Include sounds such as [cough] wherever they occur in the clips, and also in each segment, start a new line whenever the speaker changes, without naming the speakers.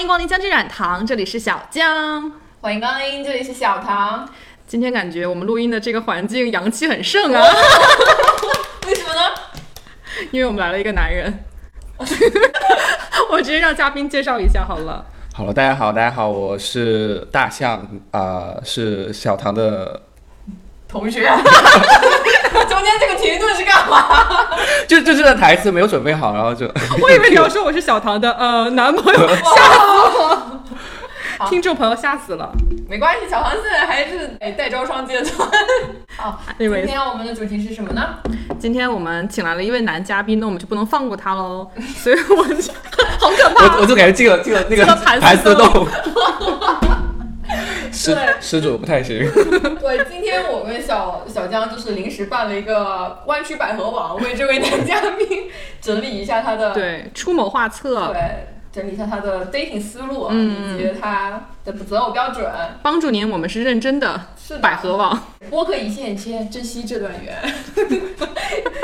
迎光临姜汁染堂，这里是小姜。
欢迎光临，这里是小唐。
今天感觉我们录音的这个环境阳气很盛啊，
为什么呢？
因为我们来了一个男
[laughs]
人。我直接让嘉宾介绍一下好了。
好了，大家好，大家好，我是大象啊、是小唐的， [laughs]
同学， [laughs] 中间这个停顿是干嘛？
就就这段台词没有准备好，然后就 [laughs]
我以为你要说我是小唐的呃男朋 [laughs] 友，
好
听众朋友吓死了。
没关系，小唐现在还是哎带招商阶段。好，今
Anyways
天我们的主题是什么
[laughs]
呢？
今天我们请来了一位男嘉宾，那我们就不能放过他喽。所以我就 [laughs] 好可怕。
我我就感觉进了进了那
进
个
了盘丝
盘丝
洞 [laughs]
洞， [laughs] 施施主不太行，
对，今天我跟小小江就是临时办了一个湾区百合网，为这位男嘉宾整理一下他的
对，出谋划策，
对整理一下他的 dating 思路，
嗯
以及他的择偶标准。
帮助您，我们是认真的。
是的
百合网，
播客一线之间，珍惜这段缘。 [laughs]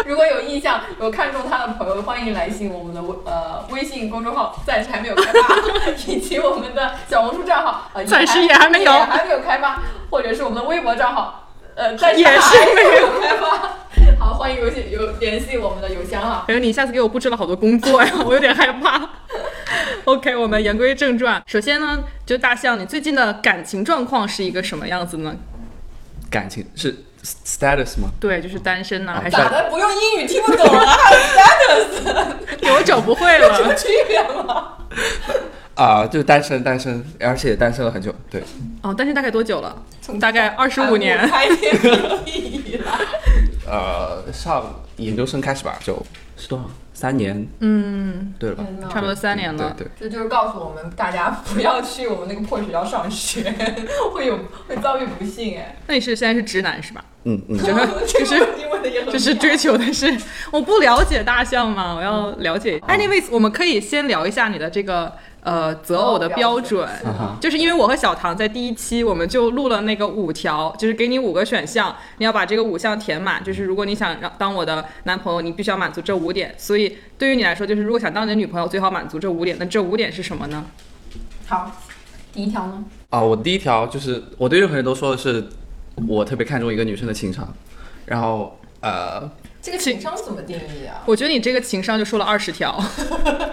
如果有印象、有看中他的朋友，欢迎来信我们的微呃微信公众号，暂时还没有
[laughs]
开发，以及我们的小红书账号，呃、
暂时也还没有
也还没有开发，或者是我们的微博账号，呃，暂时
也是
还没有开发。 [laughs] 好，欢迎邮件邮联系我们的邮箱啊。
感觉哎你下次给我布置了好多工作呀， [laughs] 我有点害怕。OK，我们言归正传。首先呢，就大象，你最近的感情状况是一个什么样子呢？
感情是 status 吗？
对，啊就是单身呢、
啊
还是
咋的？不用英语听不懂啊？s
[laughs]
t a t
有久不会
什么
了？
区别吗？
啊、就单身单身，而且单身了很久，对，
哦，单身大概多久了？大概二十五年。
啊开天辟地了。
呃，上研究生开始吧，就是多少三年，
嗯，
对了吧？
天哪
差不多三年了。
对对，
这就是告诉我们大家不要去我们那个破学校上学，会有会遭遇不幸哎。
那你是现在是直男是吧？
嗯
[laughs]
嗯，
[laughs]
这个这是
英文的也很
这是追求的是我不了解大象嘛，我要了解。Anyways，我们可以先聊一下你的这个呃择偶的哦标准。
啊哈，
就是因为我和小唐在第一期我们就录了那个五条，就是给你五个选项，你要把这个五项填满。就是如果你想让当我的男朋友，你必须要满足这五点。所以对于你来说，就是如果想当你的女朋友，最好满足这五点。那这五点是什么呢？
好。第一条呢？
啊，我第一条就是我对任何人都说的是，我特别看重一个女生的情商，然后呃，
这个情商怎么定义啊？
我觉得你这个情商就说了二十条，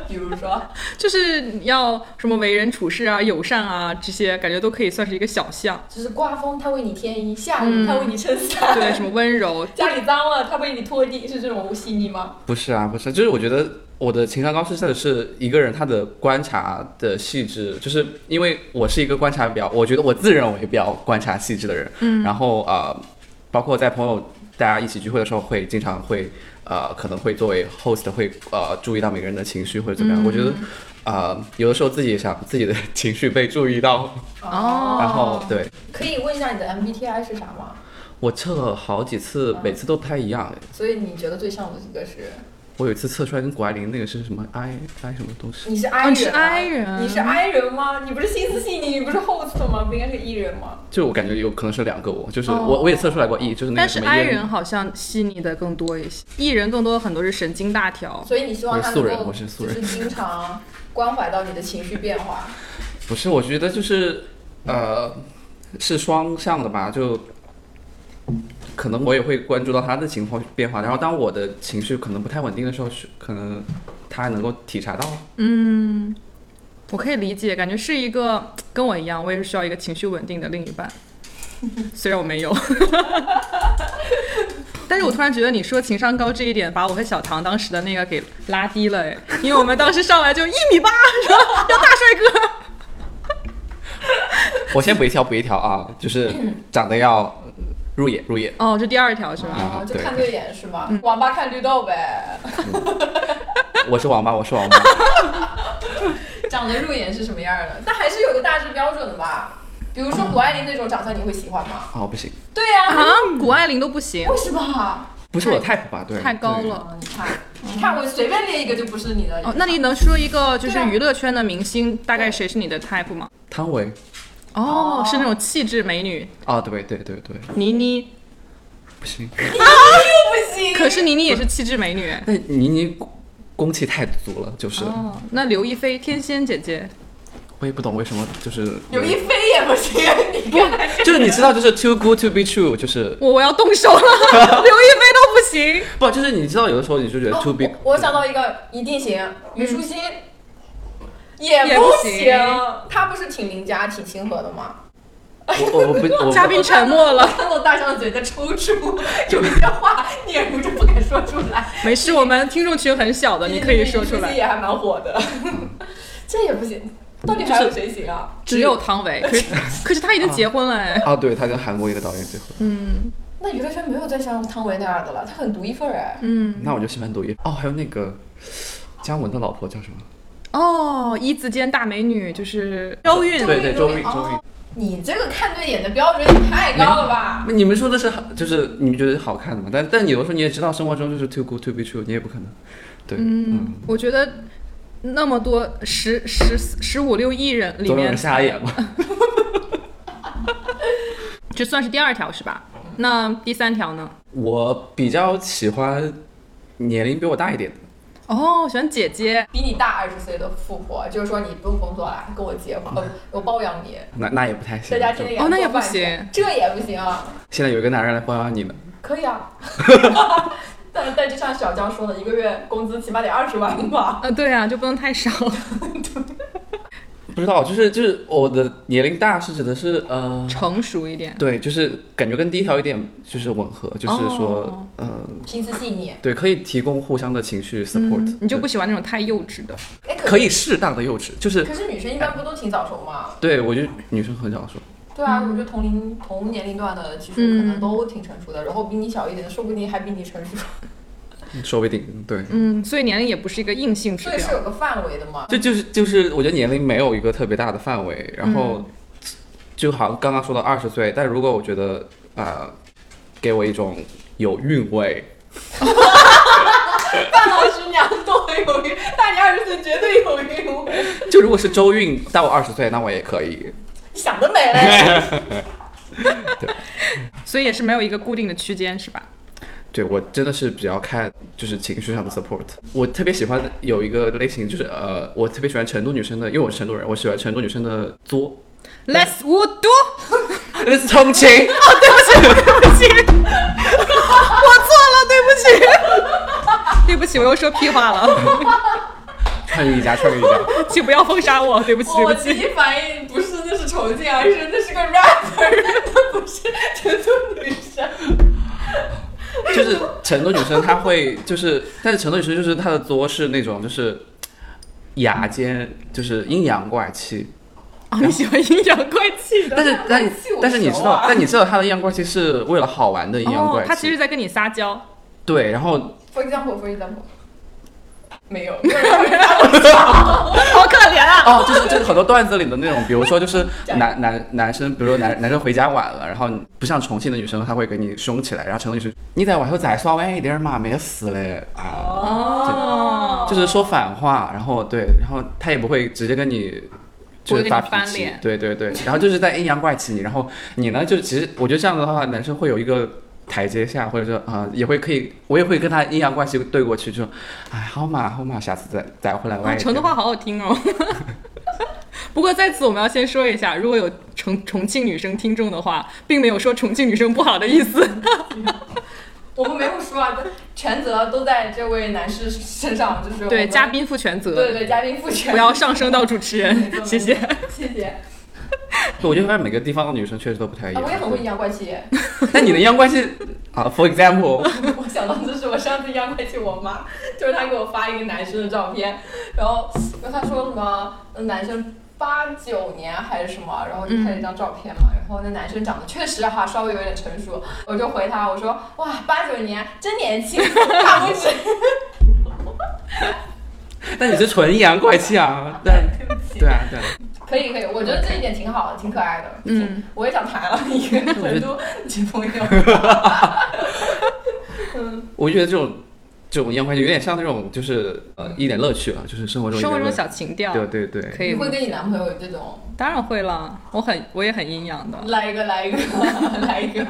比如
[laughs]
说，
就是你要什么为人处事啊、友善啊这些，感觉都可以算是一个小
[laughs]
项。
就是刮风它为你添衣，下
嗯
雨它为你撑伞，
对，什么温柔，
家里脏了它为你拖地，是这种细腻吗？
不是啊，不是，就是我觉得我的情商高是真的是一个人他的观察的细致，就是因为我是一个观察比较，我觉得我自认为比较观察细致的人，嗯，然后呃，包括在朋友大家一起聚会的时候，会经常会呃，可能会作为 host 会呃注意到每个人的情绪或者怎么样，我觉得。呃，有的时候自己也想自己的 [laughs] 情绪被注意到，
哦
然后对，
可以问一下你的 MBTI 是啥吗？
我测了好几次，每次都不太一样。哎
所以你觉得最像的这个是？
我有一次测出来跟谷爱凌那个是什么 I I 什么东西，
你是
哦
I
你是
人啊、
I 人
你是 I 人吗？你不是心思细腻，你不是 host 吗？不应该是 E 人吗？
就我感觉有可能是两个我，就是我、
哦
我也测出来过 E，就是那
但
个
是
什么
I
烟
人好像细腻的更多一些，E 人更多很多是神经大条。
所以你希望他能够
我是素人
就
我是素人
是经常关怀到你的情绪变
[laughs]
化。
不是，我觉得就是呃是双向的吧，就可能我也会关注到他的情况变化，然后当我的情绪可能不太稳定的时候，是可能他还能够体察到。
我可以理解，感觉是一个跟我一样，我也是需要一个情绪稳定的另一半，虽然我没有。但是我突然觉得你说情商高这一点，把我和小唐当时的那个给拉低了哎，因为我们当时上来就一米八，说要大帅哥，
我先补一条补一条啊，就是长得要呃入眼入眼。
哦，这第二条是吧？
啊，
啊
就
对
看对眼是吗？网吧看绿豆呗。
我是王八，我是王八。
[laughs] 长得入眼是什么样儿 [laughs] 的？但还是有个大致标准的吧。比如说谷爱凌那种长相，你会喜欢吗？
哦，不行，
对呀、
啊，谷爱凌都不行，
[laughs] 为什么？
不是我的 type 吧？对，
太高
对
了。
嗯，你看，你看，我随便列一个就 [laughs] 不是你的。
哦，那你能说一个就是
对啊
娱乐圈的明星，大概谁是你的 type 吗？
汤唯。
哦
哦，
是那种气质美女
啊，对对对对，
倪妮，
不行，
不行。
可是倪妮也是气质美女。
那倪妮攻气太足了，就是、
哦哦，那刘亦菲天仙姐姐，
我也不懂为什么，就是
有一飞也不行，你 [laughs] 看，
[laughs] 就是你知道，就是 too good to be true，就是
我我要动
[laughs]
手了，刘亦菲都不行。
不就是你知道，有的时候你就觉得
哦
too big，、
我我想到一个一定行，虞书欣嗯也
也
不
不
行
行，
她不是挺邻家、挺亲和的吗？
我我我不我
[laughs] 嘉宾沉默了，
看到大象的嘴在抽搿，
[laughs]
有一些话嗫嚅着不敢说出来。
没事，我们听众群很小 [laughs] 的，你可以说出
虞书欣
来。
也还蛮火的， [laughs] 这也不行，到底还有谁行啊？
只有汤唯，可是可是他已经结婚了哎。
啊，对，他跟韩国一个导演结
嗯
那
婚，
娱乐圈没有再像汤唯那样的了，她很独一份儿哎。
嗯，
那我就心满肚意。哦，还有那个姜文的老婆叫什么？
哦，一字肩大美女就是周韵，
对对，
周
周
韵
韵周韵
哦。你这个看对眼的标准也太高了吧？
你们说的是好，就是你们觉得是好看的嘛？但但有的时候你也知道，生活中就是 too good to be true，你也不可能。对，嗯，
我觉得那么多十十十五六亿人里
总有人
面，
瞎眼嘛。 [laughs]
这算是第二条是吧？那第三条呢？
我比较喜欢年龄比我大一点的，
哦，喜欢姐姐，
比你大二十岁的富婆，就是说你不用工作了，跟我结婚，
嗯
呃我包养你，
那那也不太行。
在家天天给
哦
你
那也
做饭
不行
这也不行啊。
现在有一个男人来包养你呢，
可以 [laughs] 啊，但但就像小江说的，一个月工资起码得二十万吧。
呃，对啊，就不能太少。
不知道，就是就是我的年龄大是指的是呃，
成熟一点。
对，就是感觉跟第一条有点就是吻合，就是说、
哦
呃，
心思细腻，
对，可以提供互相的情绪 support，、
嗯，你就不喜欢那种太幼稚的。
哎，
对可以适当的幼稚，就是
可是女生一般不都挺早熟吗？
对我觉得女生很少说，
对啊，我觉得同龄同年龄段的其实可能都挺成熟的，然后比你小一点的，说不定还比你成熟，
说不定对。
嗯，所以年龄也不是一个硬性指
所以是
标。
有个范围的嘛。
这就是就是，我觉得年龄没有一个特别大的范围，然后
嗯
就好像刚刚说到二十岁，但如果我觉得啊、呃给我一种有韵味，
[laughs] 范老师娘都很有韵，大你二十岁绝对有韵味，
[laughs] 就如果是周韵到我二十岁，那我也可以。
你想得美
哎
嘞！
所以也是没有一个固定的区间，是吧？
对我真的是比较看就是情绪上的 support。我特别喜欢有一个类型，就是呃，我特别喜欢成都女生的，因为我是成都人，我喜欢成都女生的
[laughs]
作，
Let's w o [laughs] do，
那是通勤。
对不起，我错了，啊对不起， [laughs] 对不起，我又说屁话了， [laughs]
穿越一家，穿越一家。
请不要封杀我，对不起，对
我
不
第
起。
一反应不是那是重庆，而是那是个 rapper，他不是成都女生。
就是成都女生，她会就是，但是成都女生就是她的作是那种就是牙尖，就是阴阳怪气。
哦，你喜欢阴阳怪气的
但是但
啊气我
但是你知
熟
道
啊，
但你知道她的阴阳怪气是为了好玩的阴阳
哦
怪，气。
他其实在跟你撒娇。
对，然后
For example, for example，没 [laughs] 有，
好可怜啊！
[laughs] 哦，就是就是很多段子里的那种，比如说就是男男男生，比如说男男生回家晚了，然后不像重庆的女生，她会给你凶起来，然后成都女生你在外头再耍晚一点嘛，没死嘞啊。
哦 [laughs]
就是说反话，然后对，然后他也不会直接跟你
不
就
会跟
是发
你
脾
翻
气
脸，
对对对，然后就是在阴阳怪气你，然后你呢，就其实我觉得这样的话，男生会有一个台阶下，或者说啊、也会可以，我也会跟他阴阳怪气对过去，就说哎好嘛好嘛，下次再再回来
啊，
玩一点。
成都话好好听哦。 [laughs] 不过在此我们要先说一下，如果有重重庆女生听众的话，并没有说重庆女生不好的意思。
我们没有说啊，全责都在这位男士身上，就是我们
对，嘉，宾负全责，
对对对，嘉宾负全，
不要上升到主持
没
人，
错
谢谢。，
没错谢谢。啊
对，我就发现每个地方的女生确实都不太一
啊
样。
我也很会阴阳怪气，
[laughs] 但你的阴阳怪气啊
[laughs]
，for example，
[laughs] 我想到就是我上次阴阳怪气我妈， [laughs] 就是她给我发一个男生的照片，然后然后她说什么呃男生。八九年还是什么，然后就拍了一张照片
嗯
嘛，然后那男生长得确实哈稍微有点成熟，我就回他我说哇八九年真
[laughs]
年轻，大拇指，
但你是纯阴阳怪
[laughs]
气啊，但
对不起，
对啊对啊，
可以可以，我觉得这一点挺好的，挺可爱的。
嗯，
我也想谈了一个成 [laughs] 都女朋友。嗯，
我觉得这种这种阴阳怪气有点像那种就是呃一点乐趣啊，就是生活中一
生
点
活中
乐趣
小情调，
对对对，
可以
你
吗
会？跟你男朋友有这种
当然会了，我很我也很阴阳的，
来一个来一个 [laughs] 来一个，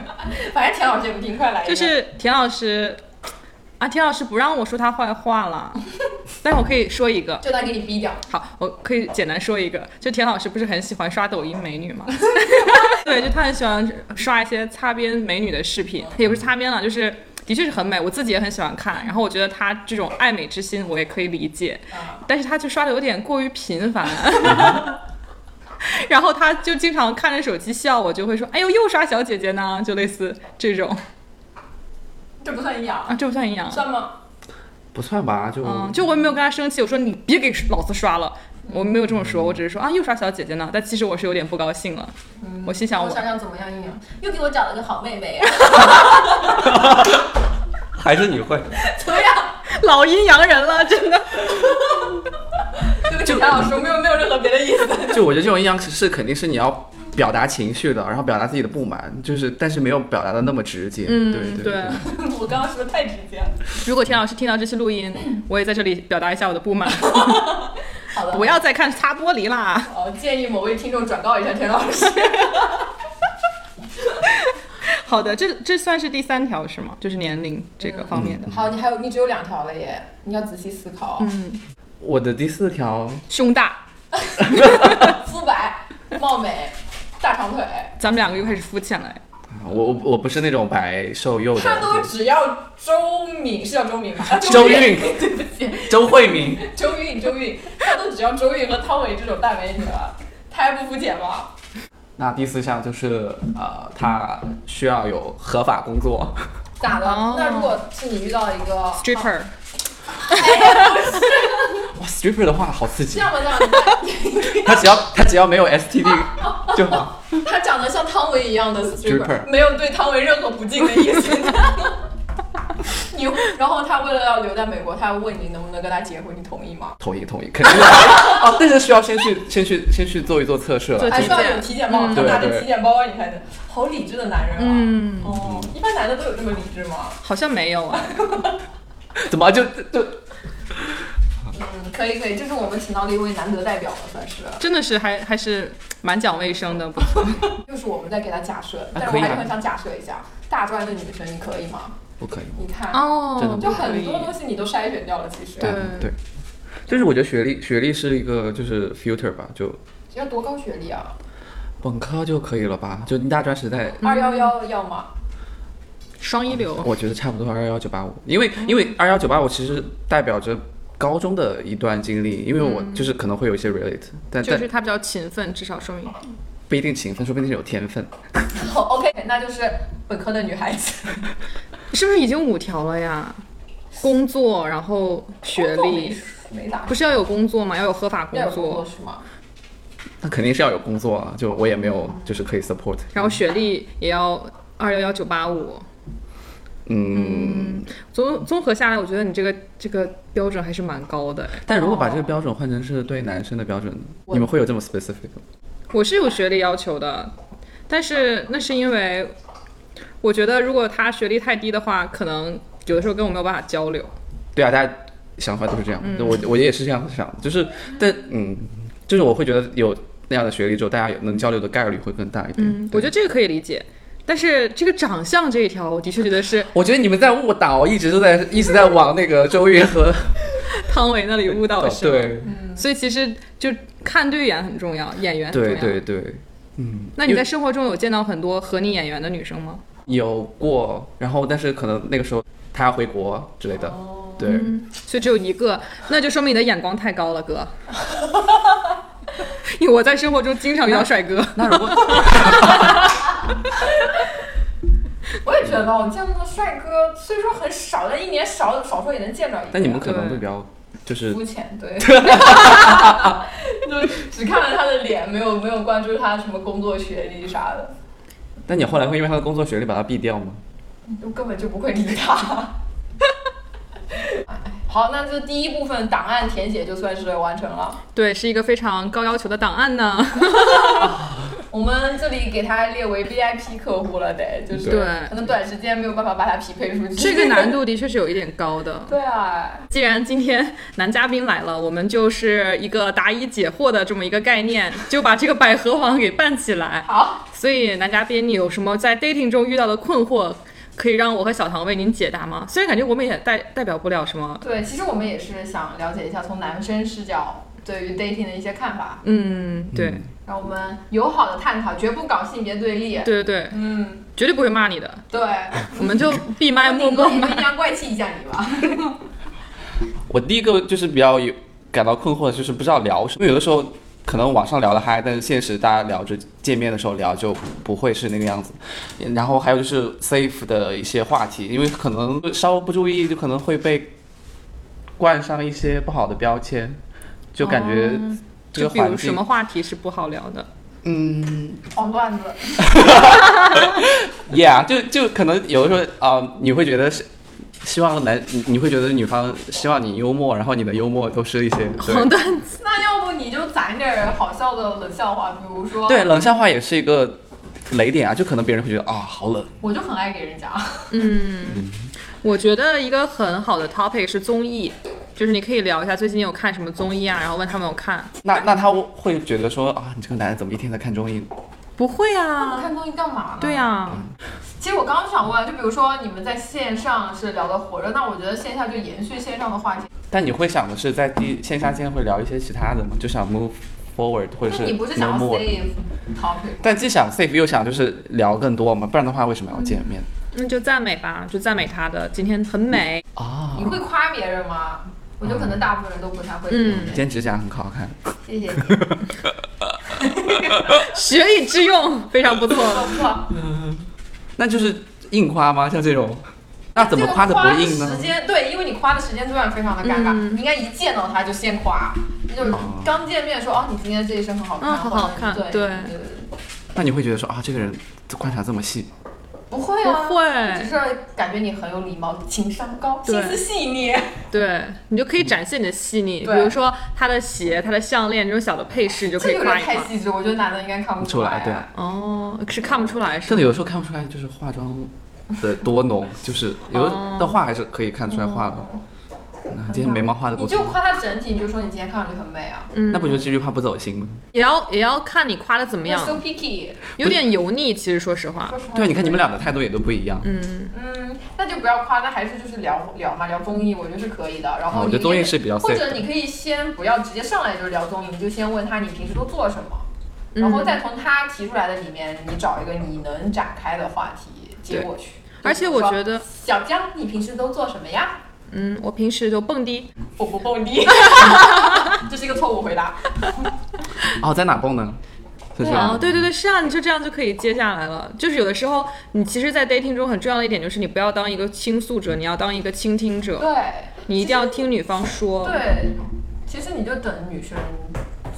反正田老师也不听，快来一
就
个。
是田老师。啊，田老师不让我说他坏话了，但是我可以说一个，
就他给你逼掉。
好，我可以简单说一个，就田老师不是很喜欢刷抖音美女吗？对，就他很喜欢刷一些擦边美女的视频，也不是擦边了，就是的确是很美，我自己也很喜欢看。然后我觉得他这种爱美之心，我也可以理解，
啊，
但是他就刷的有点过于频繁。 [laughs] 然后他就经常看着手机笑，我就会说：“哎呦，又刷小姐姐呢。”就类似这种
这不算养，
啊，这不算营养。
算吗？
不算吧，就、
嗯，就我也没有跟他生气，我说你别给老子刷了，我没有这么说，我只是说啊又刷小姐姐呢，但其实我是有点不高兴了，
嗯
我心想
我
我
想想怎么样营养，又给我找了个好妹妹啊， [laughs]
还是你会，
怎么样？
老阴阳人了，真的。
对不起，田老师，我没有没有任何别的意思。
[laughs]
[laughs]
就我觉得这种阴阳是肯定是你要表达情绪的，然后表达自己的不满，就是但是没有表达的那么直接。
嗯，
对
对
对。
我刚刚说的太直接了。
如果田老师听到这期录音，我也在这里表达一下我的不满，
好的，
不要再看擦玻璃啦。
呃，建议某位听众转告一下田老师。
好的，这这算是第三条是吗？就是年龄这个方面的。
[laughs] 好，你还有你只有两条了耶，你要仔细思考。
嗯，
我的第四条，
胸大，
肤白、貌美、大长腿，
咱们两个又开始肤浅了。
啊我我我不是那种白瘦幼的，
他都只要周敏，是叫周敏吗？啊
周
韵，
[laughs]
韵、
对不起，
周慧敏，
周韵，周韵，他都只要周韵和汤唯这种大美女了，他还不肤浅吗？
那第四项就是呃，他需要有合法工作，
咋了？
哦
那如果是你遇到一个
Stripper，
哇，stripper 的话好刺
这 [laughs]
激，
样吧，这样吧，你
他只要他只要没有 STD 就好。
他长得像汤唯一样的 stripper，
Stripper
没有对汤唯任何不敬的意思。 [laughs] 你，然后他为了要留在美国，他问你能不能跟他结婚，你同意吗？
同意同意，肯定的。哦，但是需要 [laughs] 先去先去先去做一做测试
做
了。哎
还需要有体检报，
嗯
他拿
对
着
对
体检包你才能。好理智的男人啊！
嗯
哦，一般男的都有这么理智吗？
好像没有啊。
怎么就就
嗯，可以可以，这是我们请到了一位难得代表了，算是，
真的是还还是蛮讲卫生的，不错。
又是我们在给他假设，但是
可
我
以
还
啊
是很想假设一下，大专的女生你可以吗？
不可以？
你看，
哦
真的
就很多东西你都筛选掉了，其实
对
嗯对，就是我觉得学历学历是一个就是 filter 吧，就
要多高学历啊？
本科就可以了吧？就大专时代，
二幺幺要吗？
双一流。
我觉得差不多二幺幺九八五，因为因为二幺九八五其实代表着高中的一段经历，因为我就是可能会有一些 relate，但
就
但
是他比较勤奋，至少说明
不一定勤奋，说不定是有天分。
好，OK，那 [laughs] 就是本科的女孩子，
是不是已经五条了呀？工作，然后学
工作没
历，
没咋
不，是要有工作吗？要有合法工
要有工作
作，
是吗？
那肯定是要有工作啊，就我也没有就是可以 support。
然后学历也要二幺幺九八五。
嗯，
综综合下来，我觉得你这个这个标准还是蛮高的。
但如果把这个标准换成是对男生的标准呢，
我
你们会有这么 specific 吗？
我是有学历要求的，但是那是因为我觉得如果他学历太低的话，可能有的时候跟我没有办法交流。
对啊，大家想法都是这样。我我也是这样想，就是但嗯，就是我会觉得有那样的学历之后，大家有能交流的概率会更大一点。
嗯，我觉得这个可以理解，但是这个长相这一条，我的确觉得
[laughs]
是
我觉得你们在误导，一直都在一直在往那个周瑜和
汤唯那里误导是吧
[laughs] 对
所以其实就看对眼很重要，眼缘很重
对
要。
对对，嗯，
那你
因
在
为
生活中有见到很多和你眼缘的女生吗？
有过，然后但是可能那个时候他要回国之类的，对，
所以只有一个，那就说明你的眼光太高了，
[laughs]
哥。因为我在生活中经常遇到帅哥，
那如果
我也觉得，我见到的帅哥虽说很少，但一年少少说也能见着一个。
那你们可能会比较就是
肤浅，
[laughs]
对，就只看了他的脸，没有没有关注他什么工作学历啥的，
那你后来会因为他的工作学历把他毙掉吗？
就根本就不会理他。哎好，那这第一部分档案填写就算是完成了。
对，是一个非常高要求的档案呢。
我们这里给他列为 VIP 客户了，得就是
对
可能短时间没有办法把他匹配出去。
嗯这个难。度的确是有一点高的。
[laughs] 对啊，
既然今天 [laughs] 男嘉宾来了，我们就是一个答疑解惑的这么一个概念，就把这个百合网给办起来。
好，
所以男嘉宾，你有什么在 dating 中遇到的困惑，可以让我和小唐为您解答吗？虽然感觉我们也代代表不了什么，
对，其实我们也是想了解一下从男生视角对于 dating 的一些看法，
嗯，对，
嗯
让我们友好的探讨，绝不搞性别对立。
对对对，
嗯，
绝对不会骂你的，
对，
我们就闭
[laughs]
麦默
顶
默
多你们阴阳怪气一下你吧。
我第一个就是比较有感到困惑的就是不知道聊什么，因为有的时候可能网上聊的嗨，但是现实大家聊着见面的时候聊就不会是那个样子。然后还有就是 safe 的一些话题，因为可能稍微不注意就可能会被冠上一些不好的标签，就感觉
哦
这个
就比
环
如什
境，
么话题是不好聊的？
嗯
黄段子，
，yeah，就就可能有的时候啊、呃你会觉得是。希望男，你你会觉得女方希望你幽默，然后你的幽默都是一些对
黄段子，
那要不你就攒点儿好笑的冷笑话，比如说，
对，冷笑话也是一个雷点啊，就可能别人会觉得啊、好冷，
我就很爱给
[laughs]
人讲。
嗯，我觉得一个很好的 topic 是综艺，就是你可以聊一下最近有看什么综艺啊，然后问他们有看，
那那他会觉得说啊，你这个男人怎么一天在看综艺？
不会
那我
啊，
看综艺干嘛呢？
对啊呀、
其实我刚刚想问，就比如说你们在线上是聊得火热，那我觉得线下就延续线上的话题。
但你会想的是在地线下间会聊一些其他的吗？就想 move forward 或者
那
是
你不是
no
想要
more。
save topic？
但既想 safe 又想就是聊更多嘛，不然的话为什么要见面
那就赞美吧，就赞美他的今天很美，
啊
你？会夸别人吗？我觉得可能大部分人都不太会。
嗯
今天指甲很好看，
谢谢你，
学以致用，非常不错。
不错。
那就是硬夸吗？像这种， [laughs] 那怎么夸的不硬
这个夸的时
呢？
间对，因为你夸的时间段非常的尴尬，
嗯
你应该一见到他就先夸，就是刚见面说哦，你今天这一身很好看，
嗯好好看
或者你
对
对对对，
那你会觉得说啊，这个人观察这么细，
不会
不
啊，只
会，
是感觉你很有礼貌，情商高，
对
心思细腻。
对你就可以展现你的细腻，比
对
如说他的鞋、他的项链这种小的配饰，你就可
这
以
有
夸
点
一
太
夸。
细致，我觉得男的应该看不
出来
来。
对，
哦，是看不出来是
真
吗
的？有时候看不出来，就是化妆的多浓，就是有的画还是可以看出来化了。啊今天眉毛画的
嗯你
不
就
错，
夸他整体，你就说你今天看上去很美啊。
嗯
那不就这句话不走心吗？
嗯
也要也要看你夸的怎么
那 so
样，
picky，
有点油腻。其实说实话，
说实话。
对，你看你们俩的态度也都不一样。
嗯，
嗯，那就不要夸，那还是就是聊聊嘛，聊综艺，我觉得是可以的。然后
啊哦我
你
觉得综艺是比较
或
safe
者
的。
你可以先不要直接上来就是聊综艺，你就先问他你平时都做什么，
嗯
然后再从他提出来的里面，你找一个你能展开的话题接过去。
而且我
得
觉得，
小江，你平时都做什么
[laughs]
呀？
嗯，我平时就蹦迪，
我不蹦迪， [laughs] 这是一个错误回
[laughs]
答。
哦，在哪蹦呢？是这
对啊
哦，
样。
对对对，是啊，你就这样就可以接下来了。就是有的时候，你其实，在 dating 中很重要的一点就是，你不要当一个倾诉者，你要当一个倾听者，
对，
你一定要听女方说。
对，其实你就等女生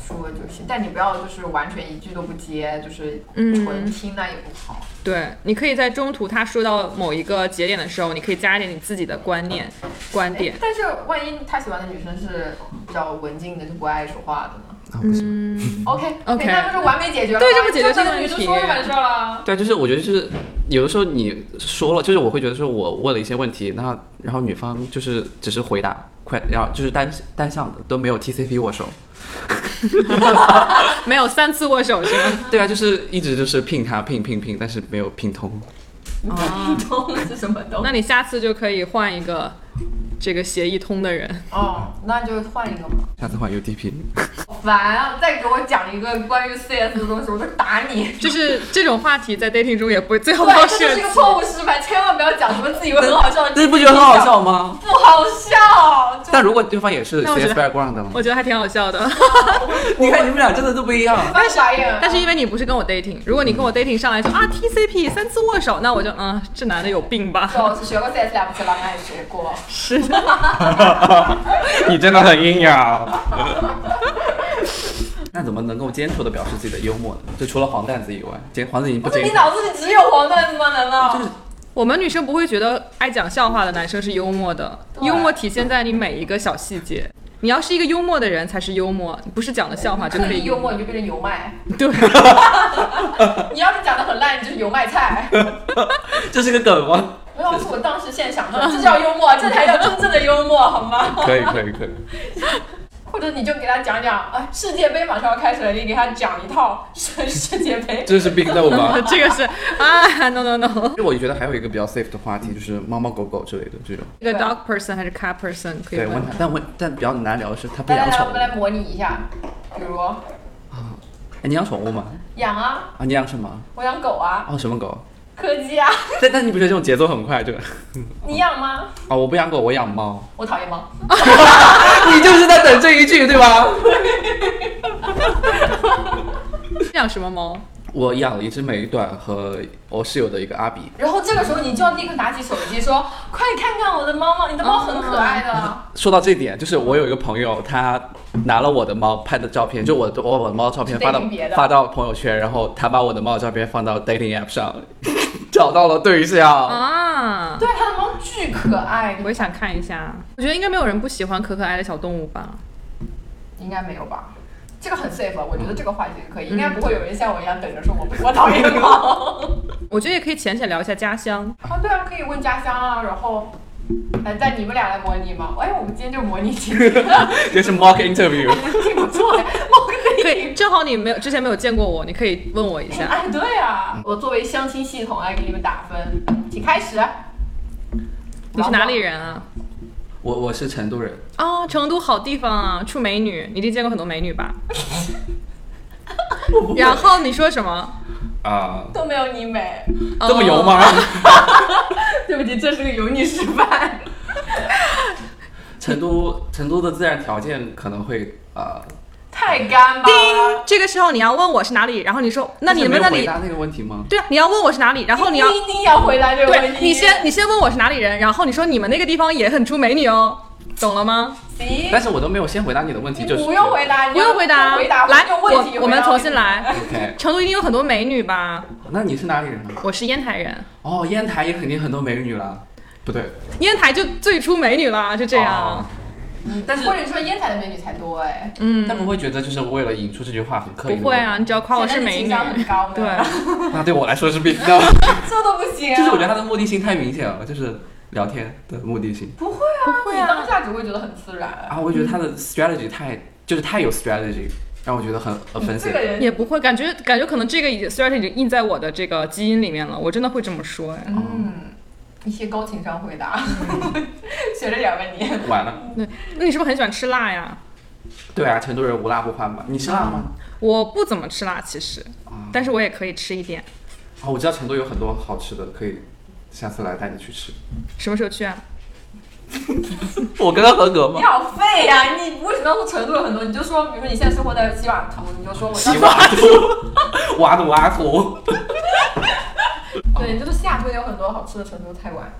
说就行，但你不要就是完全一句都不接，就是
嗯
纯听那也不好。
对，你可以在中途她说到某一个节点的时候，你可以加一点你自己的观念、观点。
哎但是万一他喜欢的女生是比较文静的，就不爱说话的呢
啊，不行。
嗯，
？OK
OK
那不是完美解决了吗？
对这不解决这个
个女
问
生
题
说就完事儿了。
对，啊就是我觉得就是有的时候你说了，就是我会觉得说我问了一些问题，那然后女方就是只是回答快，然后就是单单向的，都没有 TCP 握手。
没有三次握手是吗？ [laughs]
对啊，就是一直就是拼他拼拼拼，但是没有拼通。
哦
你懂是什么 [laughs] 东西？
那你下次就可以换一个这个协议通的人。
哦，那就换一个嘛。
下次换 [laughs] UDP。
好烦啊！再给我讲一个关于 CS 的东西，我就打你。
[laughs] 就是这种话题在 dating 中也不会最好不要
对，这就
涉
是
及
一个。错误示范，千万不要讲什么自以为很好笑的。
但是不觉得很好？笑吗？
不好笑。就
但如果对方也是
那我觉
CS
得
background 的呢，
我觉得还挺好笑的，
你看你们俩真的都不一样。
翻白眼啊。
[laughs] 但是因为你不是跟我 dating，如果你跟我 dating 上来就啊 TCP 三次握手，那我就嗯，这男的有病吧？ [laughs]
我是学过 CS 两次，老板也学过。
是的，
[laughs] 你真的很阴阳。那怎么能够坚持的表示自己的幽默呢？就除了黄蛋子以外，坚黄子已经不
不是
坚
你
持。
脑子里只有黄段子吗？难道？
我们女生不会觉得爱讲笑话的男生是幽默的，
对
幽默体现在你每一个小细节。你要是一个幽默的人才是幽默，你不是讲的笑话就
刻
可
意
[laughs] 以
幽默你就变成油麦，
对，
[laughs] 你要是讲的很烂，你就是油麦菜。
这是个梗 [laughs] 吗？
没有，是我当时现想的，这叫幽默，这才叫真正的幽默，好吗？
可以可以可以。
或或者你就给他讲讲，啊，世界杯马上要开始了，你给他讲一套 [laughs] 世世界杯。
这是 big no [laughs] 吧？
[laughs] 这个是啊，no no no， [laughs]
我觉得还有一个比较 safe 的话题就是猫猫狗狗之类的这种。
这个 dog person 还是 cat person 可以
对，问
啊问
他，但问但比较难聊的是他不
来来
养
来，
宠
我
物
们。来模拟一下，比如
哎，你养宠物吗？
养啊，
啊，你养什么？
我养狗啊，
哦，什么 [laughs] 狗？
柯基啊，
但但你不觉得这种节奏很快？这个
你养吗？
啊，我不养狗，我养猫。
我讨厌猫，
[laughs] 你就是在等这一句对吧？
养什么猫？
[laughs] 我养了一只美短和我室友的一个阿比。
然后这个时候你就要立刻拿起手机说，快看看我的猫猫，你的猫很可爱的。
说到这点，就是我有一个朋友，他拿了我的猫拍的照片，就我的我把我的猫的照片
去
发到
dating 别的
发到朋友圈，然后他把我的猫的照片放到 dating app 上， [laughs] 找到了对象。
啊，
对，它的猫巨可爱，
我也想看一下。我觉得应该没有人不喜欢可可爱的小动物吧？
应该没有吧？嗯这个很 safe，我啊觉得这个话题可以，应该不会有人像我一样等着说我我讨厌猫。
我觉得也可以浅浅聊一下家乡。
啊，对啊，可以问家乡啊，然后，哎，但你们俩来模拟吗？哎，我们今天就模拟几个，
这是 mock interview，
挺不错的，猫可
可
以。
以，正好你没有之前没有见过我，你可以问我一下。
哎，对啊，我作为相亲系统来给你们打分，请开始。
你是哪里人啊？
我我是成都人，
啊，成都好地方啊，出美女，你一定见过很多美女吧？然后你说什么？
啊、
都没有你美。
这么油吗？
[laughs] 对不起，这是个油腻示范。
成都 [laughs] 成都的自然条件可能会啊，
太干巴
呃叮
了。，
这个时候你要问我是哪里，然后你说那
但是
你们
没
那
有
里
回答那个问题吗？
对啊，你要问我是哪里，然后你要
一定要回答这个问
对
题。
你先你先问我是哪里人，然后你说你们那个地方也很出美女哦，懂了吗？
行
但，是我都没有先回答你的问题，
你
就是
不用回答，你
不用回答，啊
回答
来
哎用问题
我我们重新。来。
OK，
成都一定有很多美女吧？
那你是哪里人啊？
我是烟台人，
哦，烟台也肯定很多美女啦。不对，
烟台就最出美女啦，就这样。
哦
但是或者说烟台的美女才多哎，
他们会觉得就是为了引出这句话很刻意。
嗯不会啊，，你只要夸我是
显得你
美
情
女，
商很高呢
对，
啊那对我来说
[laughs]
是必须的。
这都不行啊。
就是我觉得他的目的性太明显了，就是聊天的目的性
不会啊，
不会啊
你当下只会觉得很自然。
啊，我觉得他的 strategy 太就是太有 strategy，让我觉得很
你这
offensive。
个人
也不会感觉感觉可能这个已经虽然是已经印在我的这个基因里面了，我真的会这么说哎。
哦
嗯，一些高情商回答，
嗯
[laughs] 学着点吧你。
完了，
那你是不是很喜欢吃辣呀？
对啊，成都人无辣不欢嘛。你吃辣吗？
我不怎么吃辣其实，
啊，
但是我也可以吃一点。
啊，我知道成都有很多好吃的，可以下次来带你去吃。
什么时候去啊？
[laughs] 我跟他合格
你？好废呀、你为什么要说成都有很多？你就说，比如说你现在生活在西雅图，你就说我
西
当
瓦图，瓦努阿图。 [laughs] 哦
对，你就说西雅图也有很多好吃的成都菜馆，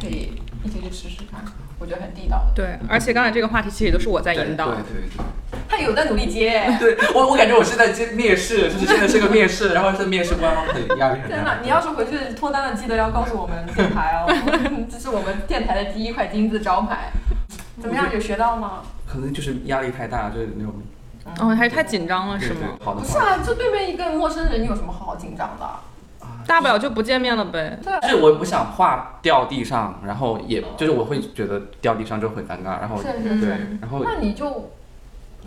可以一起去吃吃看，我觉得很地道的。
对，而且刚才这个话题其实也都是我在
对对
引导。
对对。
他有在努力
[laughs]
接，
对我，我感觉我是在接面试，就是现在是个面试，然后是面试官，很压力很
真的
大。，
你要是回去脱单了，记得要告诉我们电
[laughs]
台哦，这是我们电台的第一块金字招牌。怎么样，有学到吗？
可能就是压力太大，就是那种
哦，还是太紧张了
对
是
对
吗？
好的
不是
话，
啊，就对面一个陌生人，你有什么好紧张的？
大不了就不见面了呗。
对啊，
啊就是我不想话掉地上，然后也就是我会觉得掉地上就很尴尬，然后
是是
对
是，，
然
嗯
后
那你就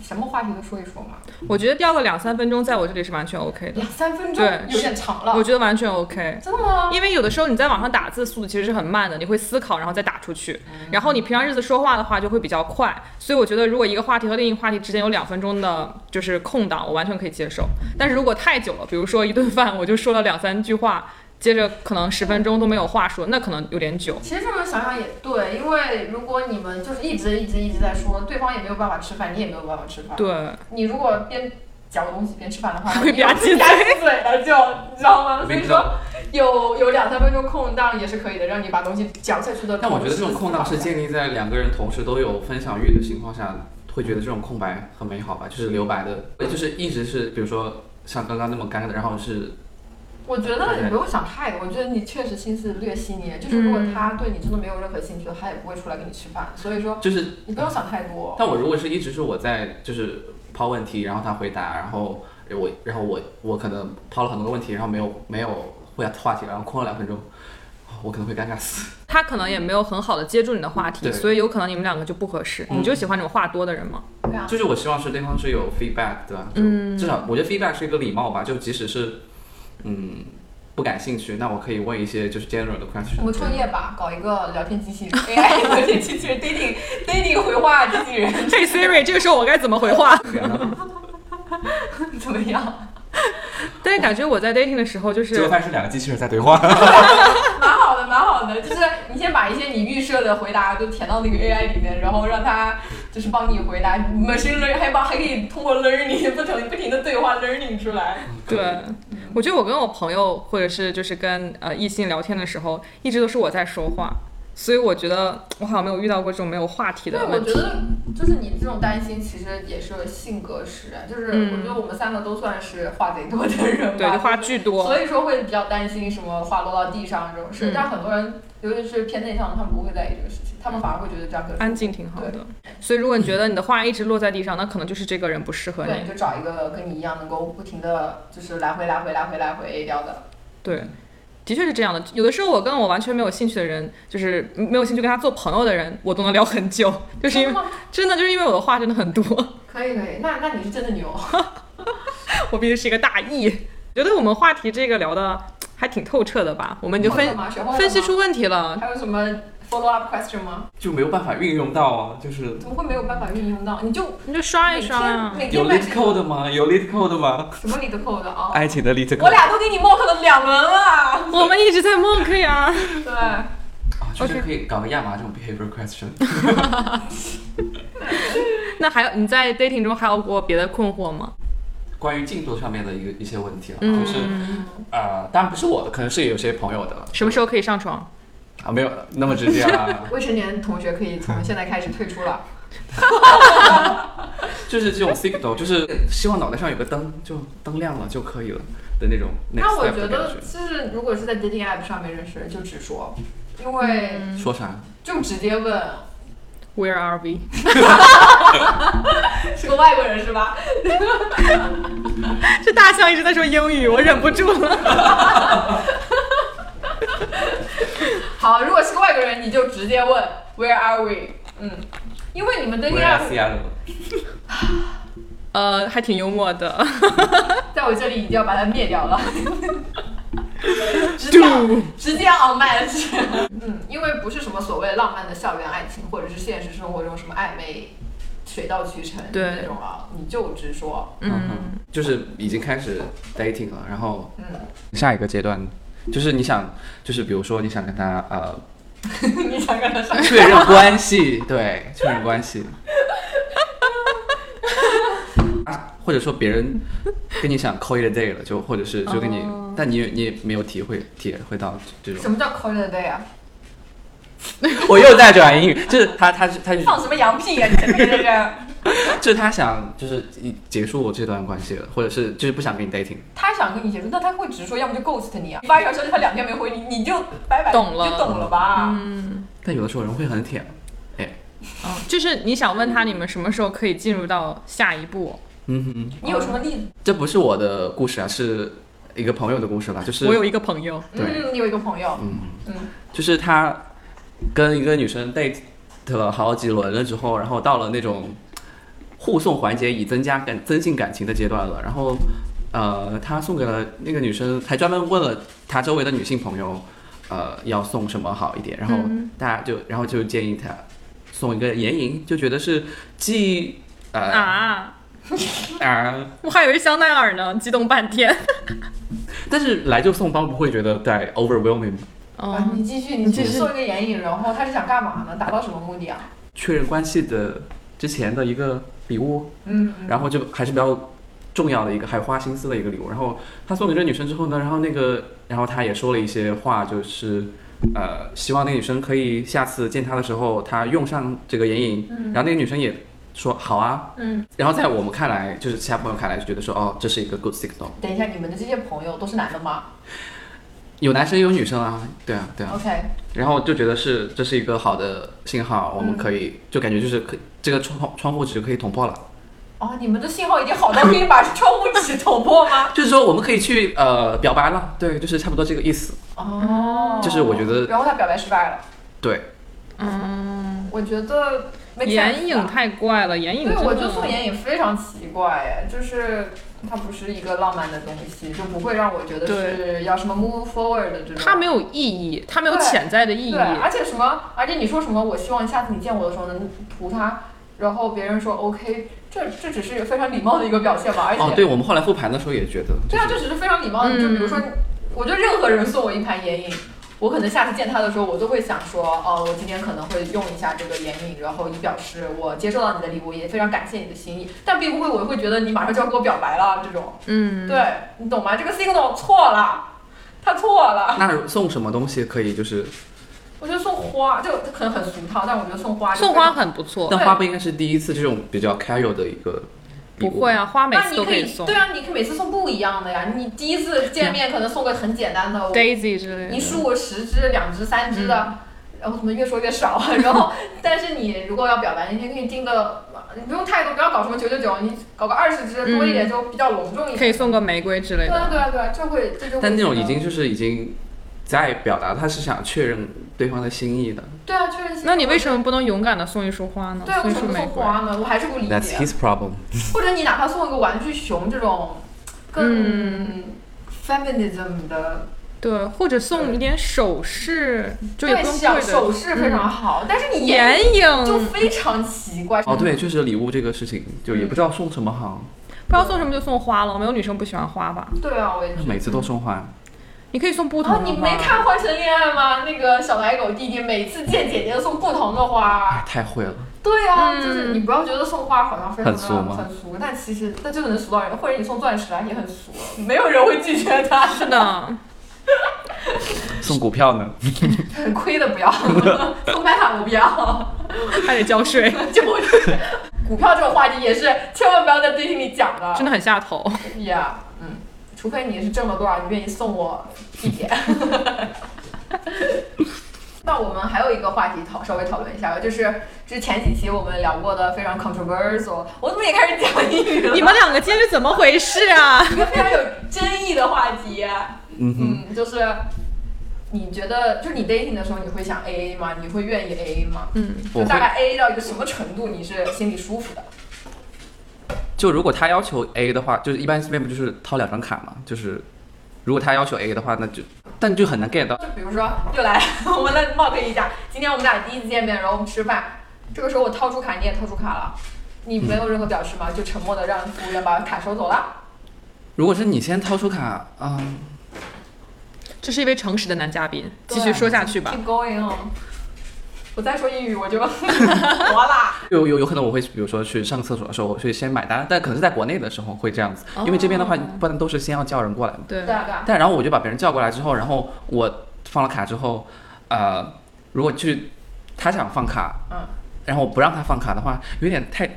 什么话题都说一说嘛，
我觉得掉个两三分钟，在我这里是完全 OK 的，
两三分钟
对
有点长了
我，觉得完全 OK。
真的吗？
因为有的时候你在网上打字速度其实是很慢的，你会思考然后再打出去，嗯然后你平常日子说话的话就会比较快，所以我觉得如果一个话题和另一个话题之间有两分钟的就是空档，我完全可以接受。但是如果太久了，比如说一顿饭我就说了两三句话，接着可能十分钟都没有话说，那可能有点久。
其实这么想想也对，因为如果你们就是一直一直一直在说，对方也没有办法吃饭，你也没有办法吃饭。
对，
你如果边嚼东西边吃饭的话，
会
你
吧唧嘴
吧唧嘴了就，你知道吗？所
没
以
知道
说有有两三分钟空档也是可以的，让你把东西嚼下去的。
但我觉得这种空档是建立在两个人同时都有分享欲的情况下，会觉得这种空白很美好吧，就是留白的，就是一直是比如说像刚刚那么干的，然后是
我觉得你不用想太多，我觉得你确实心思略细腻。就是如果他对你真的没有任何兴趣，他也不会出来跟你吃饭。所以说
就是
你不用想太多。
但我如果是一直是我在就是抛问题，然后他回答，然后我然后我我可能抛了很多个问题，然后没有没有回答话题，然后空了两分钟，我可能会尴尬死。
他可能也没有很好的接住你的话题，
对
所以有可能你们两个就不合适。
嗯 [laughs]
你就喜欢这种话多的人吗？
对啊，
就是我希望是对方是有 feedback 的，就至少我觉得 feedback 是一个礼貌吧，就即使是嗯不感兴趣，那我可以问一些就是 general 的 question。
我们创业吧，搞一个聊天机器人，AI 聊天机器人，dating dating 回话机器人， [laughs]
嘿 Siri，这个时候我该怎么回话？
对啊
怎么样？
但是感觉我在 dating 的时候就
结果
是
发现是两个机器人在对话。 [laughs]
蛮好的，蛮好的，就是你先把一些你预设的回答都填 [laughs] 到那个 AI 里面，然后让它就是帮你回答，machine learning 还帮还可以通过 learning [laughs] 不停不停的对话 learning 出来。
对，
嗯
我觉得我跟我朋友或者是就是跟呃异性聊天的时候，一直都是我在说话，所以我觉得我好像没有遇到过这种没有话题
对，
的
我
问
觉
题。
得就是你这种担心，其实也是性格使然。就是
嗯
我觉得我们三个都算是话贼多的人吧，
对，就话巨多。
[laughs] 所以说会比较担心什么话落到地上这种事。
嗯
但很多人，尤其是偏内向的，他们不会在意这个事情，他们反而会觉得这样更
安静挺好的，所以如果你觉得你的话一直落在地上，那可能就是这个人不适合
对，
你
你。就找一个跟你一样能够不停的就是来回来回来回来回聊的。
对，的确是这样的。有的时候我跟我完全没有兴趣的人，就是嗯没有兴趣跟他做朋友的人，我都能聊很久， [laughs] 就是因为
吗？
真的就是因为我的话真的很多。 [laughs]
可以可以，那那你是真的牛。
我毕竟是一个大 E，觉得我们话题这个聊的还挺透彻的吧？我们已
嗯
经分
吗？学会了吗
分析出问题了。
还有什么 follow up question 吗？
就没有办法运用到啊，就是
怎么会没有办法运用到？你就
你就刷
每
一
天
刷啊，
每天
有
买
lit code 吗？有 lit code 吗？
什么里的 code 啊？
爱情的 lit
我
code
俩都给你 mock 了两轮了。
我们一直在 mock 呀。
对，
啊，就是
OK
可以搞个亚麻这种 behavior question。
[laughs] 那还有你在 dating 中还有过别的困惑吗？
关于进度上面的一个一些问题了，啊
嗯
就是呃，当然不是我的，可能是有些朋友的
什么时候可以上床？
啊，没有那么直接啊，
未成年同学可以从现在开始退出了。
就是这种 signal，就是希望脑袋上有个灯，就灯亮了就可以了的那种 next
那我
step
觉
的
得
感
就是，如果是在 dating app 上面认识，就直说，因为
觉。说啥？
就直接问，
Where are [laughs] we？
是个外国人是吧？
这大象一直在说英语，我忍不住了。
好，如果是个外国人，你就直接问 Where are we？嗯，因为你们 dating
维拉
app
西亚的
[laughs] 呃，还挺幽默的。 [laughs]
在我这里已经要把它灭掉了。直接直接 on match，嗯，因为不是什么所谓浪漫的校园爱情，或者是现实生活中什么暧昧、水到渠成
对
那种啊，你就直
[laughs]
说，
嗯
嗯，
哼，就是已经开始 dating 了，然后
嗯，
下一个阶段就是你想，就是比如说你想跟他呃
你想跟他上，
[laughs] 确认关系，对，
[laughs]
确认关系。啊或者说别人跟你想 call it a day 了，就或者是就跟你
哦
但你也你也没有体会体会到这种。
什么叫 call it a day 啊？
我又在转英语，就是他他他就
放什么羊屁呀、啊？你这个人，
就是他想就是一结束我这段关系了，或者是就是不想跟你 dating。
他想跟你结束，那他会直说，要么就 ghost 你啊，发一条消息他两天没回你，你就拜拜，
懂了
你就懂了吧？
但有的时候人会很舔，哎，
哦就是你想问他你们什么时候可以进入到下一步？
嗯哼，
你有什么例子？
这不是我的故事啊，是一个朋友的故事啦，就是
我有一个朋友，
对
嗯，你有一个朋友，
嗯
嗯，
就是他跟一个女生 date 了好几轮了之后，然后到了那种互送环节以增加感增进感情的阶段了，然后呃，他送给了那个女生，还专门问了他周围的女性朋友，呃，要送什么好一点，然后大家就然后就建议他送一个眼影，就觉得是既呃
啊，
啊，
我还以为香奈儿呢，激动半天。
但是来就送包不会觉得太 overwhelming 吗
啊，
哦，
你继续，
你
你
继
继续
续
做一个眼影，然后他是想干嘛呢？达到什么目的啊？
确认关系的之前的一个礼物。
嗯，嗯
然后就还是比较重要的一个，还花心思的一个礼物。然后他送给这女生之后呢，然后那个，然后他也说了一些话，就是呃，希望那女生可以下次见他的时候，他用上这个眼影。然后那个女生也说好啊。
嗯。
然后在我们看来，就是其他朋友看来，就觉得说哦，这是一个 good signal。
等一下，你们的这些朋友都是男的吗
有男生也有女生啊，对啊，对啊。
？OK，
然后就觉得是这是一个好的信号，我们可以、就感觉就是可这个窗窗户纸可以捅破了。
哦，你们的信号已经好到可以把窗户纸捅破吗？
就是说我们可以去呃表白了，对，就是差不多这个意思。
哦，
就是我觉得
然后他表白失败了。
对，
嗯，
我觉得没
眼影
吧
太怪了，眼影
对，
真
我
的
就送眼影非常奇怪，就是它不是一个浪漫的东西，就不会让我觉得是要什么 move forward 的这种。
它没有意义，它没有
对
潜在的意义
对，。而且什么，而且你说什么，我希望下次你见我的时候能涂它，然后别人说 OK，这这只是非常礼貌的一个表现吧，而且、
哦，对，我们后来复盘的时候也觉得，
对啊，这只是非常礼貌的，
嗯
就比如说，我觉得任何人送我一盘眼影。我可能下次见他的时候，我都会想说，哦，我今天可能会用一下这个眼影，然后以表示我接受到你的礼物，也非常感谢你的心意。但并不会，我会觉得你马上就要跟我表白了这种。
嗯，
对你懂吗？这个 signal 错了，他错了。
那送什么东西可以就是，
我觉得送花就可能很俗套，但我觉得送花就
送
非常
花很不错，
但花不应该是第一次这种比较 casual 的一个礼
不
物
会啊，花每
那
次
你
都
可
以送
对啊，你可以每次送不一样的呀。你第一次见面可能送个很简单的，我
Daisy 之类
一
的。
束十支、两支、三支
嗯
的，然后怎么越说越少啊？ [laughs] 然后，但是你如果要表白，你可以定个，你不用太多，不要搞什么九九九，你搞个二十支多一点就比较隆重
嗯 [laughs]
一
可以
点。
送个玫瑰之类
对啊
的，
对啊对啊，这会这就会
但那种
觉
已
得
经就是已经在表达他是想确认对方的心意的。
对啊，确实。
那你为
么？
什么不能勇敢的送一束花呢？
对啊，
送
为
一
什
束
么不
玫
送
瑰，
花呢？我还是不理解。
his problem。
或者你哪怕送一个玩具熊这种
嗯
更 feminism 的，
对，或者送一点首饰，就也
对，
不用
小
贵的嗯
首饰非常好，但是你
眼影，
就非常奇怪。
哦，对，确实礼物这个事情，就也不知道送什么好，
不知道送什么就送花了，没有女生不喜欢花吧？
对啊，我也觉得。
每次都送花。
你可以送不同的
哦
花。，
你没看《花神恋爱》吗？那个小奶狗弟弟每次见姐姐都送不同的
哎
花。，
太会了。
对啊，
嗯
就是你不要觉得送花好像非常的
很俗吗
很俗，但其实那就能俗到人，或者你送钻石啊也很俗，没有人会拒绝他，
是的，
送股票呢？
[laughs] 很亏的不要， [laughs] 送白塔我不要，
还得交税，
[laughs] 就是 [laughs] 股票这种话题也是千万不要在 dating 里讲的。
[laughs] 真的很下头。
呀嗯，除非你是挣了多少，你愿意送我一点。 [laughs] 那我们还有一个话题讨稍微讨论一下吧，就是就是前几期我们聊过的非常 controversial，我怎么也开始讲英语了？
你们两个今天是怎么回事啊？
一个非常有争议的话题，
嗯哼，
嗯，就是你觉得就是你 dating 的时候，你会想 AA 吗？你会愿意 AA 吗？
嗯，
我
就大
会。
概 AA 到一个什么程度，你是心里舒服的？
就如果他要求 A 的话，就是一般这边不就是掏两张卡嘛？就是如果他要求 A 的话，那就但就很难 get 到。
就比如说，又来， [laughs] 我们来冒昧一下，今天我们俩第一次见面，然后我们吃饭，这个时候我掏出卡，你也掏出卡了，你没有任何表示吗？就沉默的让服务员把卡收走了。
如果是你先掏出卡啊、嗯
这是一位诚实的男嘉宾，
对
继续说下去吧。
Keep going on。我再说英语我就 [laughs] 活啦。
有有有可能我会比如说去上厕所的时候，我会先买单，但可能是在国内的时候会这样子，因为这边的话，
哦
不然都是先要叫人过来嘛。
对
对，啊对啊，
但然后我就把别人叫过来之后，然后我放了卡之后，呃，如果去他想放卡，
嗯，
然后我不让他放卡的话，有点太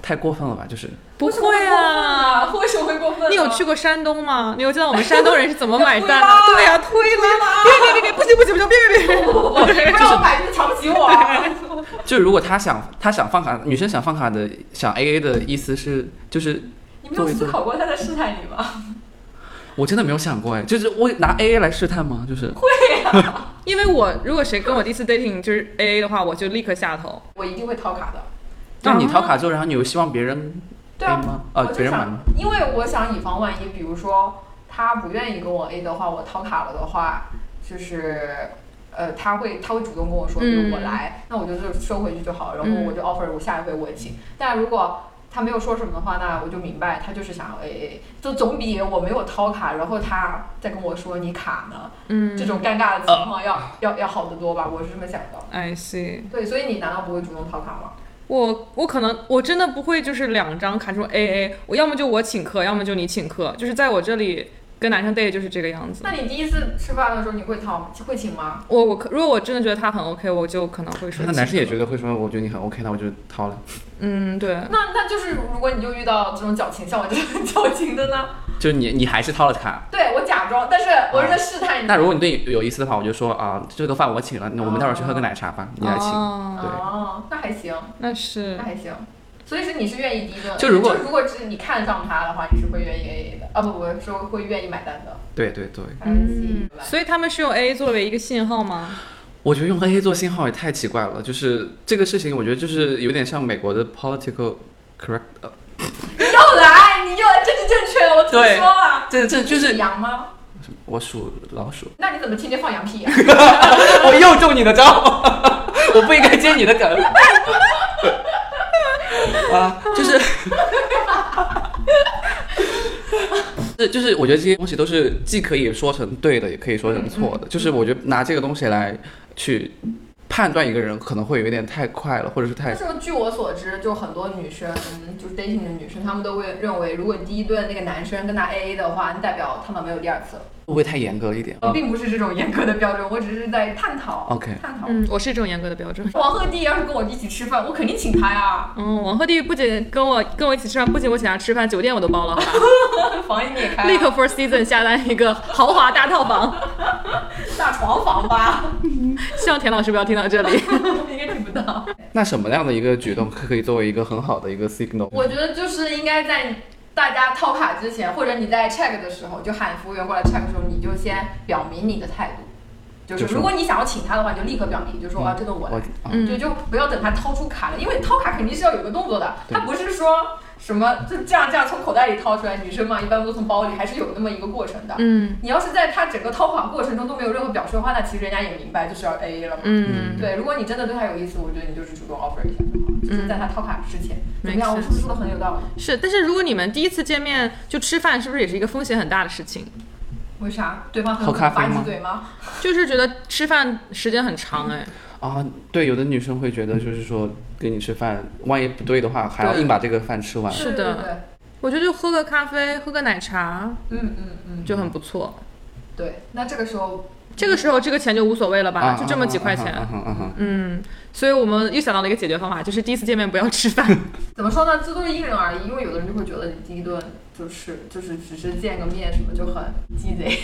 太过分了吧？就是
不会啊。
啊，为什么会过分呢？
你有去过山东吗？你有知道我们山东人是怎么买单
要
的？
[laughs] 推拉
对呀，推拉，别别别别，不行不行不行，别别别！
不不让啊 [laughs] 我买，就瞧不起我。啊
就如果他想他想放卡，女生想放卡的想 A A 的意思是，就是
你没有思考过他在试探你吗？
我真的没有想过哎，就是我拿 A A 来试探吗？就是
啊
因为我如果谁跟我第一次 dating 就是 AA 的话，我就立刻下头。
我一定会掏卡的。
让你掏卡之后，然后你又希望别人
啊对啊
A 吗？
我
呃，
就
别人买
想
吗？
因为我想以防万一，比如说他不愿意跟我 A 的话，我掏卡了的话，就是呃，他会他会主动跟我说，比如我来，那我就是收回去就好，然后我就 offer 我下一回我请。但如果他没有说什么的话，那我就明白他就是想要 A A，就总比我没有掏卡，然后他再跟我说你卡呢，
嗯
这种尴尬的情
啊
况要、要要好得多吧？我是这么想的。
，I see。
对，所以你难道不会主动掏卡吗？
我我可能我真的不会，就是两张卡这种 AA，我要么就我请客，要么就你请客，就是在我这里跟男生 date 就是这个样子
那。你第一次吃饭的时候你会掏吗会请吗？
我我可如果我真的觉得他很 OK，我就可能会说。
那男生也觉得会说，我觉得你很 OK，那我就掏了。
嗯，对，
那那就是，如果你就遇到这种矫情，像我这种 [laughs] 矫情的呢？
就你你还是掏了卡，
对我假装，但是我是在试探你。
啊那如果你对有意思的话，我就说啊，这个饭我请了，那我们待会儿去喝个奶茶吧，你来请。
哦、
对
哦，那还行，
那是
那还行。所以是你是愿意第一顿，
就如果
如果是你看上他的话，你是会愿意 AA 的啊？不不，是会愿意买单的。
对对对，
嗯，所以他们是用 AA 作为一个信号吗？
我觉得用 AA 做信号也太奇怪了，就是这个事情，我觉得就是有点像美国的 political correct，呃
又来，你又来政治正确，我怎么
对
说啊？
这这就
你
是
羊吗？
我属老鼠，
那你怎么天天放羊
[laughs]
屁啊？
我又中你的招， [laughs] 我不应该接你
[laughs]
的梗。啊，就是， [laughs] 这就是我觉得这些东西都是既可以说成对的，也可以说成错
嗯
的。就是我觉得拿这个东西来去判断一个人，可能会有一点太快了，或者是太
但是据我所知，就很多女生，嗯就是 dating 的女生，她们都会认为，如果你第一顿那个男生跟她 AA 的话，那代表他们没有第二次了。
会不会太严格一点？
我并不是这种严格的标准，我只是在探讨
OK
探讨。 [laughs]
嗯，我是这种严格的标准。
王鹤棣要是跟我一起吃饭，我肯定请他呀，
嗯，王鹤棣不仅跟我跟我一起吃饭，不仅我请他吃饭，酒店我都包了，好吧
房也免开、啊
啊
立刻 Four Season 下单一个豪华大套
[laughs]
房。
大床房吧， [laughs]
希望田老师不要听到这里。
应该听不到。
那什么样的一个举动可以作为一个很好的一个 signal？
我觉得就是应该在大家掏卡之前，或者你在 check 的时候，就喊服务员过来 check 的时候，你就先表明你的态度。就
就是是
如果你想要请他的话，你就立刻表明，就说啊，这顿我来
我。啊
嗯
对，就不要等他掏出卡了，因为掏卡肯定是要有个动作的，
对
他不是说什么就这样这样从口袋里掏出来，女生嘛一般都从包里，还是有那么一个过程的。
嗯
你要是在他整个掏卡过程中都没有任何表示的话，那其实人家也明白就是要 A A 了嘛。
嗯，
对，如果你真的对他有意思，我觉得你就是主动 offer 一下就好了，
嗯
就是在他掏卡之前。怎么样？我
Makes
是不是说的很有道理？
是。但是如果你们第一次见面就吃饭，是不是也是一个风险很大的事情？
为啥？对方很
喝咖啡
八
吗
你嘴吗？
就是觉得吃饭时间很长，哎，
啊，对，有的女生会觉得就是说跟你吃饭，万一不对的话，还要
对
硬把这个饭吃完。
是
对
的
对对
我觉得就喝个咖啡，喝个奶茶
对嗯嗯嗯，
就很不错。
对。那这个时候，
这个时候这个钱就无所谓了吧，
啊
就这么几块钱。
啊啊啊啊啊啊
嗯，所以我们又想到了一个解决方法，就是第一次见面不要吃
[laughs]
饭。
怎么说呢？这都是因人而异，因为有的人就会觉得你第一顿就是就是只是见个面什么就很鸡贼，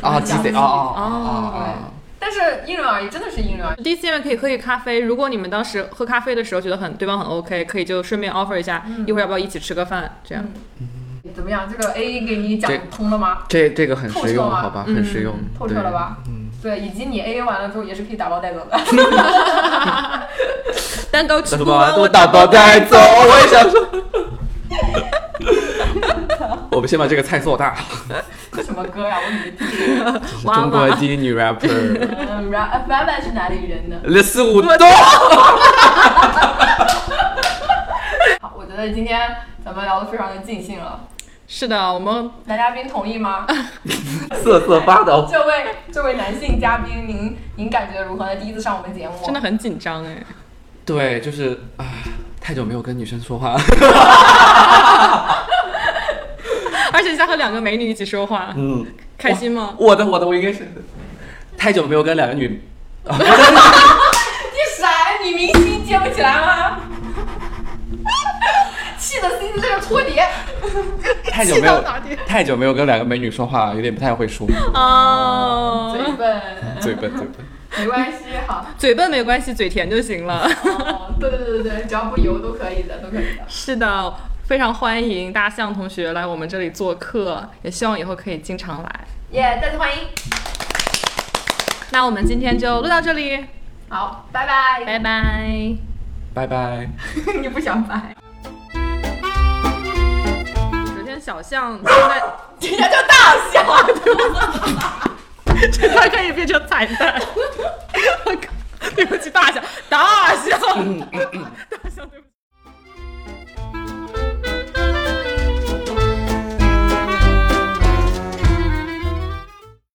啊，鸡贼啊啊
哦
啊啊啊！
但是因人而异，真的是因人而异。
第一次见面可以喝一咖啡，如果你们当时喝咖啡的时候觉得很对方很 OK，可以就顺便 offer 一下，
嗯
一会儿要不要一起吃个饭？这样，
怎么样？这个 A 给你
这
讲通了吗？
这这个很实
透彻
用，
吗
好吧，很实用，
透彻
对
了？吧？嗯，对，以及你 A A 完了之后也是可以打包带走的。
蛋糕吃
什
不
么
完，
都
啊我
打包带
[laughs]
走，我也想说。 [laughs] 我们先把这个菜做
[laughs]
大，
什么歌呀？我没听。
哇
中国
哇，
第一
[laughs]
女 rapper
嗯，然后 b a b 是哪里人呢？
刘思武东。
好，我觉得今天咱们聊得非常的尽兴了，
是的，我们
男嘉宾同意
[laughs]
吗？
瑟瑟发抖。
这位这位男性嘉宾，您您感觉如何呢？第一次上我们节目，
真的很紧张哎。
对，就是啊，太久没有跟女生说话。
而且你在和两个美女一起说话，
嗯，
开心吗？
[laughs] 我的我的，我应该是太久没有跟两个女 [laughs]
[laughs]
你傻，女明星接不起来吗？ [laughs] 气的 C C 在这搓碟，
太久没有
气到哪里
太久没有跟两个美女说话，有点不太会说，
嘴
哦，
笨，
嘴笨嘴笨。
没关系，好。
嘴笨没关系，嘴甜就行了。 [laughs]
哦，对对对对对，只要不油都可以的，都可以的。
是的，非常欢迎大象同学来我们这里做客，也希望以后可以经常来。
耶、再次欢迎。
那我们今天就录到这里，
好，拜
[laughs]
拜。
拜拜。
拜拜。
你不想拜？
首先，小象现在
人家叫大象。
[laughs] 它可以变成彩蛋。 [laughs]